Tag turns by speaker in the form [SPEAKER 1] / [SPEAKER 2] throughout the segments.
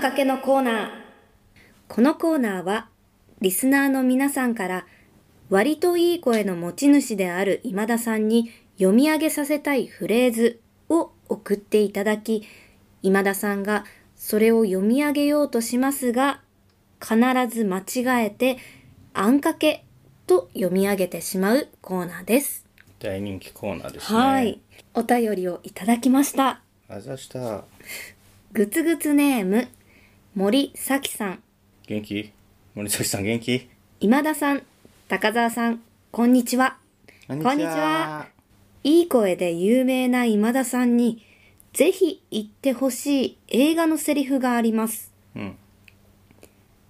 [SPEAKER 1] かけのコーナー。このコーナーは、リスナーの皆さんから、割といい声の持ち主である今田さんに読み上げさせたいフレーズを送っていただき、今田さんがそれを読み上げようとしますが、必ず間違えて、あんかけと読み上げてしまうコーナーです。
[SPEAKER 2] 大人気コーナーですね
[SPEAKER 1] はい。お便りをいただきました。
[SPEAKER 2] あざした
[SPEAKER 1] ぐつぐつネーム、森咲さん、
[SPEAKER 2] 元気森崎さん元気
[SPEAKER 1] 今田さん、高澤さん、こんにちは。
[SPEAKER 2] こ
[SPEAKER 1] こんにちはいい声で有名な今田さんに、ぜひ言ってほしい映画のセリフがあります。
[SPEAKER 2] うん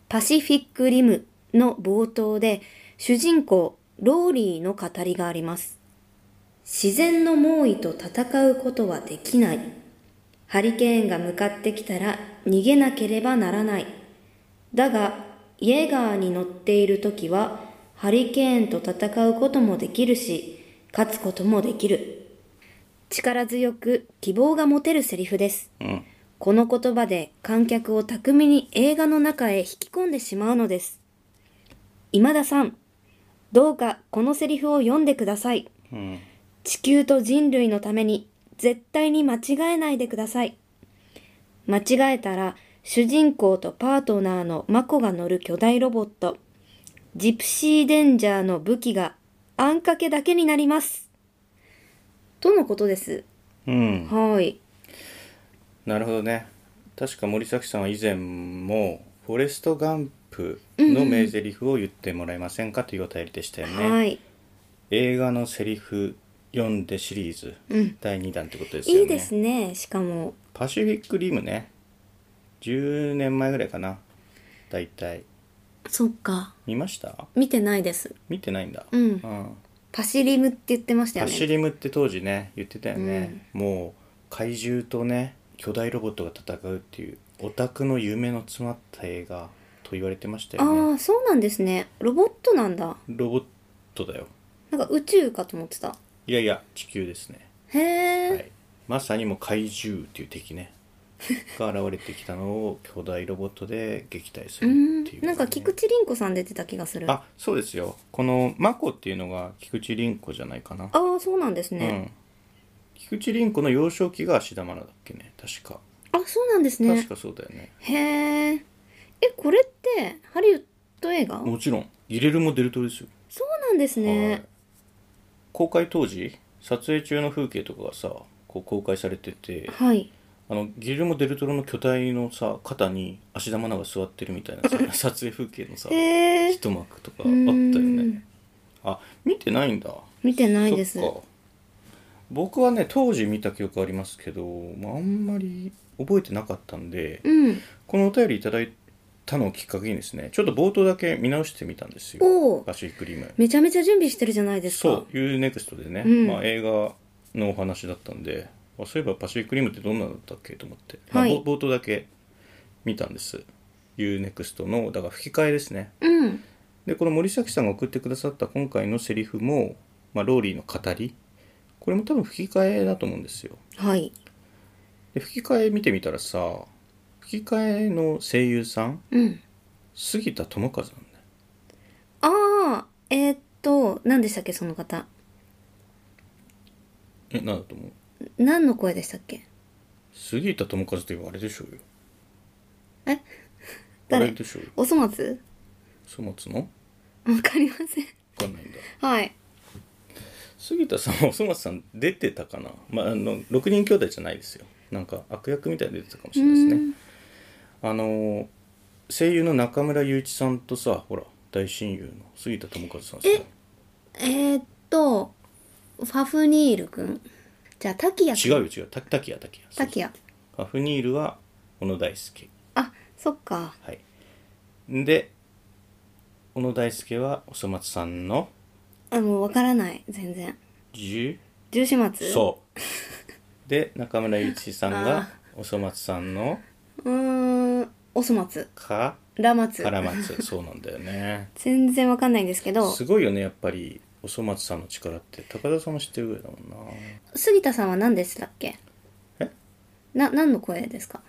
[SPEAKER 1] パシフィックリムの冒頭で、主人公、ローリーの語りがあります。自然の猛威と戦うことはできない。ハリケーンが向かってきたら逃げなければならない。だが、イエガーに乗っている時は、ハリケーンと戦うこともできるし、勝つこともできる。力強く希望が持てるセリフです。
[SPEAKER 2] うん
[SPEAKER 1] この言葉で観客を巧みに映画の中へ引き込んでしまうのです。今田さん、どうかこのセリフを読んでください。
[SPEAKER 2] うん
[SPEAKER 1] 地球と人類のために絶対に間違えないでください。間違えたら主人公とパートナーのマコが乗る巨大ロボット、ジプシーデンジャーの武器があんかけだけになります。とのことです。
[SPEAKER 2] うん
[SPEAKER 1] はい。
[SPEAKER 2] なるほどね確か森崎さんは以前も「フォレスト・ガンプ」の名台詞を言ってもらえませんかというお便りでしたよね、
[SPEAKER 1] はい。
[SPEAKER 2] 映画のセリフ読んでシリーズ、
[SPEAKER 1] うん
[SPEAKER 2] 第2弾ってことですよね
[SPEAKER 1] いいですね、しかも。
[SPEAKER 2] パシフィック・リムね10年前ぐらいかなだいたい
[SPEAKER 1] そっか。
[SPEAKER 2] 見ました
[SPEAKER 1] 見てないです。
[SPEAKER 2] 見てないんだ
[SPEAKER 1] うん
[SPEAKER 2] うん
[SPEAKER 1] パシリムって言ってましたよ
[SPEAKER 2] パシ
[SPEAKER 1] ね。
[SPEAKER 2] リムって当時ね言ってたよね、もう怪獣とね巨大ロボットが戦うっていうオタクの夢の詰まった映画と言われてましたよ
[SPEAKER 1] あ
[SPEAKER 2] ね
[SPEAKER 1] あ、そうなんですね。ロボットなんだ。
[SPEAKER 2] ロボットだよ
[SPEAKER 1] なんか宇宙かと思ってた。
[SPEAKER 2] いやいや地球ですね、
[SPEAKER 1] へえ、
[SPEAKER 2] はい、まさにもう怪獣っていう敵 ねが現れてきたのを巨大ロボットで撃退す
[SPEAKER 1] う
[SPEAKER 2] る
[SPEAKER 1] ん
[SPEAKER 2] っていう、ね、
[SPEAKER 1] なんか菊池凛子さん出てた気がするあ
[SPEAKER 2] あそうですよこのマコっていうのが菊池凛子じゃないかな
[SPEAKER 1] あーそうなんですね、
[SPEAKER 2] うん、菊池凛子の幼少期が芦田愛菜だっけね確か
[SPEAKER 1] あそうなんです
[SPEAKER 2] 確
[SPEAKER 1] ね
[SPEAKER 2] かそうだよね
[SPEAKER 1] へええこれってハリウッド映画
[SPEAKER 2] もちろん入れるもデルトロですよ、
[SPEAKER 1] そうなんです
[SPEAKER 2] はい
[SPEAKER 1] ね
[SPEAKER 2] 公開当時撮影中の風景とかがさこう公開されてて
[SPEAKER 1] はい
[SPEAKER 2] あのギルモ・デルトロの巨体のさ肩に芦田愛菜が座ってるみたいな さ撮影風景のさ
[SPEAKER 1] へえ
[SPEAKER 2] 一幕とかあった
[SPEAKER 1] う
[SPEAKER 2] よ
[SPEAKER 1] ん
[SPEAKER 2] ねあ見てないんだ
[SPEAKER 1] 見てないです
[SPEAKER 2] そっか僕はね当時見た記憶ありますけど、まあ、あんまり覚えてなかったんで
[SPEAKER 1] うん
[SPEAKER 2] このお便りいただいたのをきっかけにですねちょっと冒頭だけ見直してみたんですよ
[SPEAKER 1] おお
[SPEAKER 2] パシフィックリム
[SPEAKER 1] めちゃめちゃ準備してるじゃないですか
[SPEAKER 2] そう UNEXT でね、
[SPEAKER 1] うん
[SPEAKER 2] まあ、映画のお話だったんであそういえば「パシフィック・リム」ってどんなのだったっけと思って、まあ
[SPEAKER 1] はい
[SPEAKER 2] ぼ冒頭だけ見たんです UNEXT のだから吹き替えですね
[SPEAKER 1] うん
[SPEAKER 2] でこの森崎さんが送ってくださった今回のセリフも、まあ、ローリーの語りこれも多分吹き替えだと思うんですよ
[SPEAKER 1] はい
[SPEAKER 2] で吹き替え見てみたらさ吹き替えの声優さん
[SPEAKER 1] うん
[SPEAKER 2] 杉田智和なんだよ
[SPEAKER 1] ああえーっと何でしたっけその方
[SPEAKER 2] えなんだと思う
[SPEAKER 1] 何の声でしたっけ
[SPEAKER 2] 杉田智和って言うあれでしょうよ
[SPEAKER 1] え
[SPEAKER 2] あ
[SPEAKER 1] 誰
[SPEAKER 2] れでしょうよ
[SPEAKER 1] お粗末
[SPEAKER 2] 粗末の
[SPEAKER 1] わかりません
[SPEAKER 2] わかんないんだ
[SPEAKER 1] はい
[SPEAKER 2] 杉田さんはお そ松さん出てたかな、まあ、あの6人兄弟じゃないですよなんか悪役みたいに出てたかもしれないですねあの声優の中村雄一さんとさほら大親友の杉田智和さんさ
[SPEAKER 1] えー、っと、ファフニールくん。じゃあ、タキヤくん。
[SPEAKER 2] 違うよ違うた滝谷滝
[SPEAKER 1] タ
[SPEAKER 2] 谷
[SPEAKER 1] キヤ。
[SPEAKER 2] アフニールは小野大輔
[SPEAKER 1] あ、そっか。
[SPEAKER 2] はいで小野大輔はおそ松さんの
[SPEAKER 1] あ、もうわからない。全然。
[SPEAKER 2] 10
[SPEAKER 1] 重始末
[SPEAKER 2] そうで中村雄一さんがおそ松さんの
[SPEAKER 1] う。うーん、お粗末。
[SPEAKER 2] か
[SPEAKER 1] ラマツ。
[SPEAKER 2] ら松そうなんだよね
[SPEAKER 1] 全然わかんないんですけど、
[SPEAKER 2] すごいよねやっぱりおそ松さんの力って高田さんも知ってるぐらいだもんな
[SPEAKER 1] 杉田さんは何でしたっけ
[SPEAKER 2] え
[SPEAKER 1] な、何の声ですか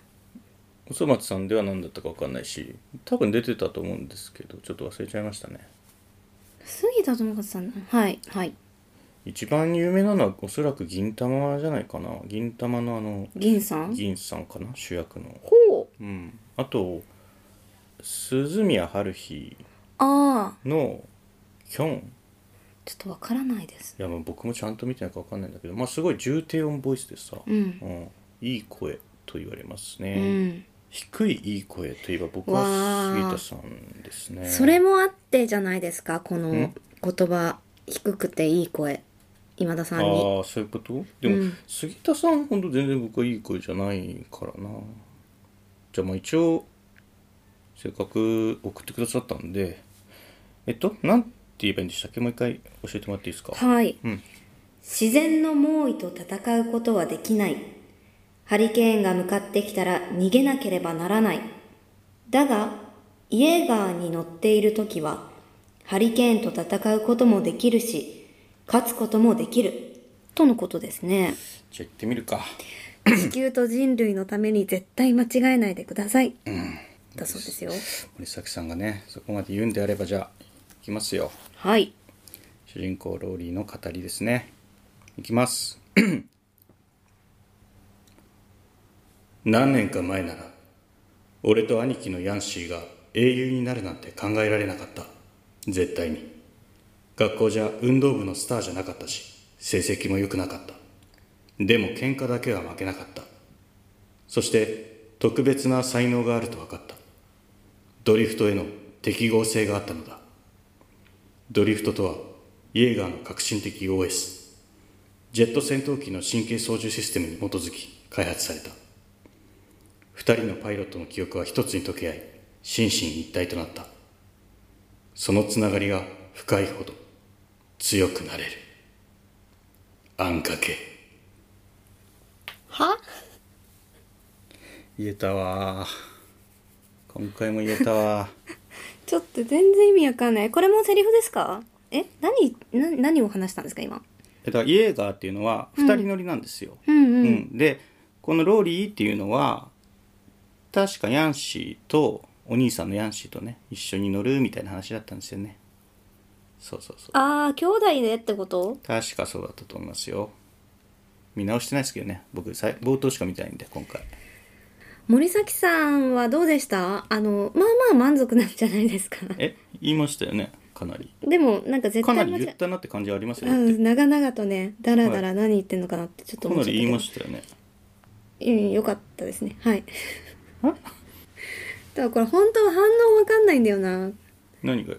[SPEAKER 2] おそ松さんでは何だったか分かんないし多分出てたと思うんですけどちょっと忘れちゃいましたね
[SPEAKER 1] 杉田智和さんはいはい
[SPEAKER 2] 一番有名なのはおそらく銀玉じゃないかな銀玉のあの
[SPEAKER 1] 銀さん
[SPEAKER 2] 銀さんかな主役の
[SPEAKER 1] ほう
[SPEAKER 2] うんあと鈴宮春日
[SPEAKER 1] ああ
[SPEAKER 2] のキョン
[SPEAKER 1] ちょっとわからないです
[SPEAKER 2] いやもう僕もちゃんと見てないか分かんないんだけどまあすごい重低音ボイスでさ、
[SPEAKER 1] うん
[SPEAKER 2] うんいい声と言われます
[SPEAKER 1] う
[SPEAKER 2] ね、
[SPEAKER 1] ん
[SPEAKER 2] 低いいい声といえば僕
[SPEAKER 1] わ
[SPEAKER 2] は杉
[SPEAKER 1] ー
[SPEAKER 2] 田さんですね
[SPEAKER 1] それもあってじゃないですかこの
[SPEAKER 2] ん
[SPEAKER 1] 言葉低くていい声今田さんに
[SPEAKER 2] ああそういうことでも、
[SPEAKER 1] うん
[SPEAKER 2] 杉田さんほんと全然僕はいい声じゃないからなじゃあまあ一応せっかく送ってくださったんでえっとなんて言えばいいんでしたっけもう一回教えてもらっていいですか
[SPEAKER 1] はい、
[SPEAKER 2] うん
[SPEAKER 1] 自然の猛威と戦うことはできないハリケーンが向かってきたら逃げなければならないだがイエーガーに乗っている時はハリケーンと戦うこともできるし勝つこともできるとのことですね
[SPEAKER 2] じゃあ行ってみるか
[SPEAKER 1] 地球と人類のために絶対間違えないでください、だそうですよ
[SPEAKER 2] 森崎さんがねそこまで言うんであればじゃあ行きますよ
[SPEAKER 1] はい
[SPEAKER 2] 主人公ローリーの語りですねいきます 何年か前なら俺と兄貴のヤンシーが英雄になるなんて考えられなかった絶対に学校じゃ運動部のスターじゃなかったし成績も良くなかったでも喧嘩だけは負けなかったそして特別な才能があると分かったドリフトへの適合性があったのだドリフトとはイエーガーの革新的 OS ジェット戦闘機の神経操縦システムに基づき開発された2人のパイロットの記憶は一つに溶け合い心身一体となったそのつながりが深いほど強くなれるあんかけ
[SPEAKER 1] は
[SPEAKER 2] 言えたわ今回も言えたわ
[SPEAKER 1] ちょっと全然意味わかんない。これもセリフですかえ何な何を話したんですか今。
[SPEAKER 2] えっとイエーガーっていうのは2人乗りなんですよ、
[SPEAKER 1] うんうん。
[SPEAKER 2] うん、でこのローリーっていうのは確かヤンシーとお兄さんのヤンシーとね一緒に乗るみたいな話だったんですよねそうそうそう
[SPEAKER 1] ああ、兄弟でってこと
[SPEAKER 2] 確かそうだったと思いますよ見直してないですけどね僕さい冒頭しか見てないんで今回
[SPEAKER 1] 森崎さんはどうでしたあの、まあまあ満足なんじゃないですか。
[SPEAKER 2] え言いましたよねかなり
[SPEAKER 1] でも、なんか絶
[SPEAKER 2] か
[SPEAKER 1] 対
[SPEAKER 2] なり
[SPEAKER 1] 間違
[SPEAKER 2] 言ったなって感じはありますよ
[SPEAKER 1] う
[SPEAKER 2] ね
[SPEAKER 1] ん、長々とね、だらだら何言ってんのかなってちょっと
[SPEAKER 2] か
[SPEAKER 1] 思
[SPEAKER 2] な
[SPEAKER 1] っちゃ
[SPEAKER 2] り
[SPEAKER 1] った
[SPEAKER 2] 言いま
[SPEAKER 1] け
[SPEAKER 2] したよね
[SPEAKER 1] ど。うん、よかったですね。はい。だからこれ本当は反応わかんないんだよな。
[SPEAKER 2] 何がよ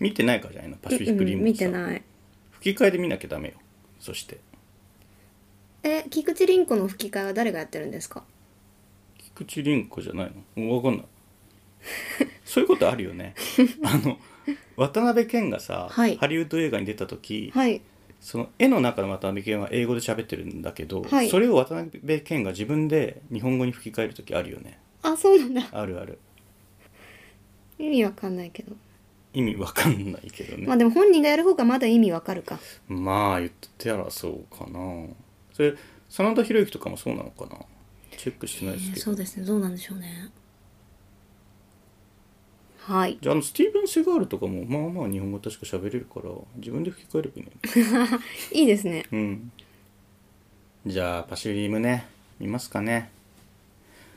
[SPEAKER 2] 見てないからじゃないのパシフィックリ
[SPEAKER 1] う
[SPEAKER 2] ム
[SPEAKER 1] ん、見て
[SPEAKER 2] い
[SPEAKER 1] ない。
[SPEAKER 2] 吹き替えで見なきゃダメよそして
[SPEAKER 1] え、菊池凛子の吹き替えは誰がやってるんですか
[SPEAKER 2] 菊池凛子じゃないの分かんない そういうことある よねあの渡辺謙がさ、
[SPEAKER 1] はい
[SPEAKER 2] ハリウッド映画に出た時、
[SPEAKER 1] はい。
[SPEAKER 2] その絵の中の渡辺謙は英語で喋ってるんだけど、
[SPEAKER 1] はい
[SPEAKER 2] それを渡辺謙が自分で日本語に吹き替える時あるよね
[SPEAKER 1] あ、そうなんだ。
[SPEAKER 2] あるある
[SPEAKER 1] 意味わかんないけど、
[SPEAKER 2] 意味わかんないけどね
[SPEAKER 1] まあでも本人がやる方がまだ意味わかるか
[SPEAKER 2] まあ言ってたらそうかなそれ真田広之とかもそうなのかなチェックしてないですけど、
[SPEAKER 1] うですねどうなんでしょうねはい
[SPEAKER 2] じゃああのスティーブン・セガールとかもまあまあ日本語確か喋れるから自分で吹き替えればいいのに
[SPEAKER 1] いいですね
[SPEAKER 2] うんじゃあパシリムね見ますかね、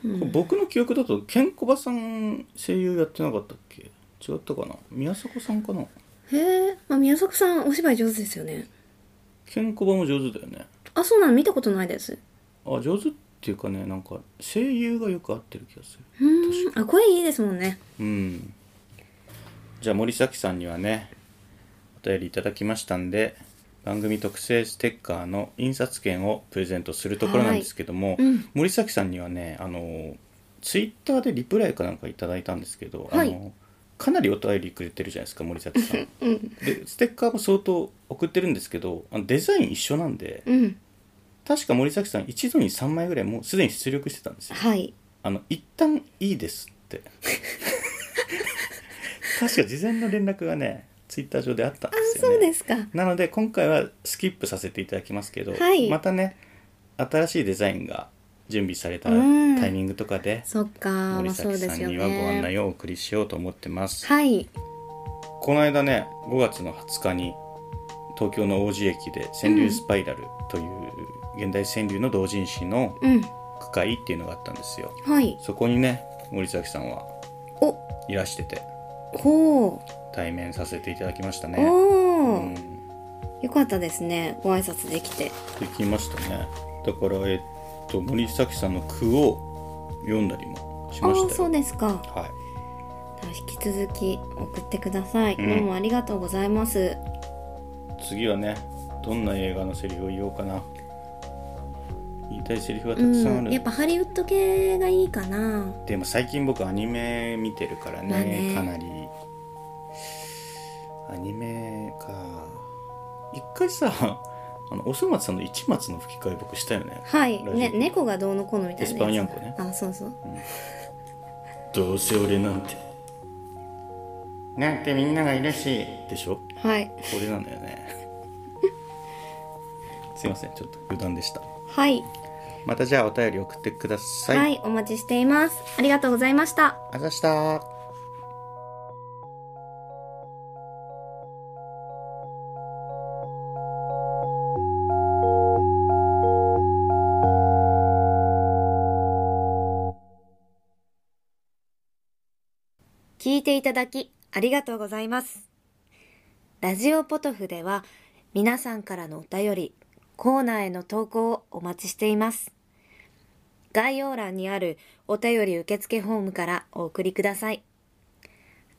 [SPEAKER 2] これ僕の記憶だとケンコバさん声優やってなかったっけ違ったかな宮迫さんかな
[SPEAKER 1] へえ、まあ、宮迫さんお芝居上手ですよね
[SPEAKER 2] ケンコバも上手だよね
[SPEAKER 1] あそうなの見たことないです
[SPEAKER 2] あ上手っていうかねなんか声優がよく合ってる気がす
[SPEAKER 1] うーんあ声いいですもんね
[SPEAKER 2] るうんじゃあ森崎さんにはねお便りいただきましたんで番組特製ステッカーの印刷券をプレゼントするところなんですけども、
[SPEAKER 1] うん
[SPEAKER 2] 森崎さんにはねあのツイッターでリプライかなんかいただいたんですけど、
[SPEAKER 1] はい
[SPEAKER 2] あのかなりお便りくれてるじゃないですか森崎さん
[SPEAKER 1] うん
[SPEAKER 2] でステッカーも相当送ってるんですけどあのデザイン一緒なんで
[SPEAKER 1] うん
[SPEAKER 2] 確か森崎さん一度に3枚ぐらいもうすでに出力してたんですよ
[SPEAKER 1] はい
[SPEAKER 2] あの一旦いいですって 確か事前の連絡がねツイッター上であったん
[SPEAKER 1] あ
[SPEAKER 2] ですよ
[SPEAKER 1] そ
[SPEAKER 2] ね
[SPEAKER 1] うですか
[SPEAKER 2] なので今回はスキップさせていただきますけど、
[SPEAKER 1] はい
[SPEAKER 2] またね新しいデザインが準備された
[SPEAKER 1] うん
[SPEAKER 2] タイミングとかで、
[SPEAKER 1] そっかま
[SPEAKER 2] 森
[SPEAKER 1] あそ
[SPEAKER 2] 崎
[SPEAKER 1] うで
[SPEAKER 2] さん
[SPEAKER 1] すよ
[SPEAKER 2] にはご案
[SPEAKER 1] ね
[SPEAKER 2] 内をお送りしようと思ってます、
[SPEAKER 1] はい
[SPEAKER 2] この間ね5月の20日に東京の王子駅で「川柳スパイラル」という現代川柳の同人誌の
[SPEAKER 1] うん
[SPEAKER 2] 区会っていうのがあったんですよ
[SPEAKER 1] はい
[SPEAKER 2] そこにね森崎さんは
[SPEAKER 1] お
[SPEAKER 2] いらしてて
[SPEAKER 1] ほ
[SPEAKER 2] 対面させていただきました
[SPEAKER 1] う、
[SPEAKER 2] ね
[SPEAKER 1] お
[SPEAKER 2] う
[SPEAKER 1] ー
[SPEAKER 2] ん
[SPEAKER 1] よかったですねご挨拶できて
[SPEAKER 2] できましたねだからえっと森崎さんの句を読んだりもし
[SPEAKER 1] ああ
[SPEAKER 2] まし
[SPEAKER 1] ー
[SPEAKER 2] た
[SPEAKER 1] そ
[SPEAKER 2] よ
[SPEAKER 1] うですか
[SPEAKER 2] はい
[SPEAKER 1] 引き続き送ってください、
[SPEAKER 2] うん
[SPEAKER 1] どうもありがとうございます
[SPEAKER 2] 次はねどんな映画のセリフを言おうかな言いたいセリフはたくさんある、
[SPEAKER 1] うん、やっぱハリウッド系がいいかな
[SPEAKER 2] でも最近僕アニメ見てるからね,、
[SPEAKER 1] まあね
[SPEAKER 2] かなりアニメか一回さあのおそ松さんの市松の吹き替え僕したよね
[SPEAKER 1] はい
[SPEAKER 2] ラジオ
[SPEAKER 1] ね猫がどうのこうのみたいなやつ
[SPEAKER 2] エスパニャンコね
[SPEAKER 1] あそうそう
[SPEAKER 2] どうせ俺なんてなんてみんながいるしでしょ
[SPEAKER 1] はい
[SPEAKER 2] これなんだよ ねすいませんちょっと余談でした
[SPEAKER 1] はい
[SPEAKER 2] またじゃあお便り送ってくださ、
[SPEAKER 1] はいい、お待ちしていますありがとうございました
[SPEAKER 2] あざした
[SPEAKER 1] 聞いていただきありがとうございますラジオポトフでは皆さんからのお便りコーナーへの投稿をお待ちしています概要欄にあるお便り受付フォームからお送りください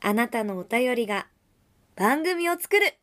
[SPEAKER 1] あなたのお便りが番組を作る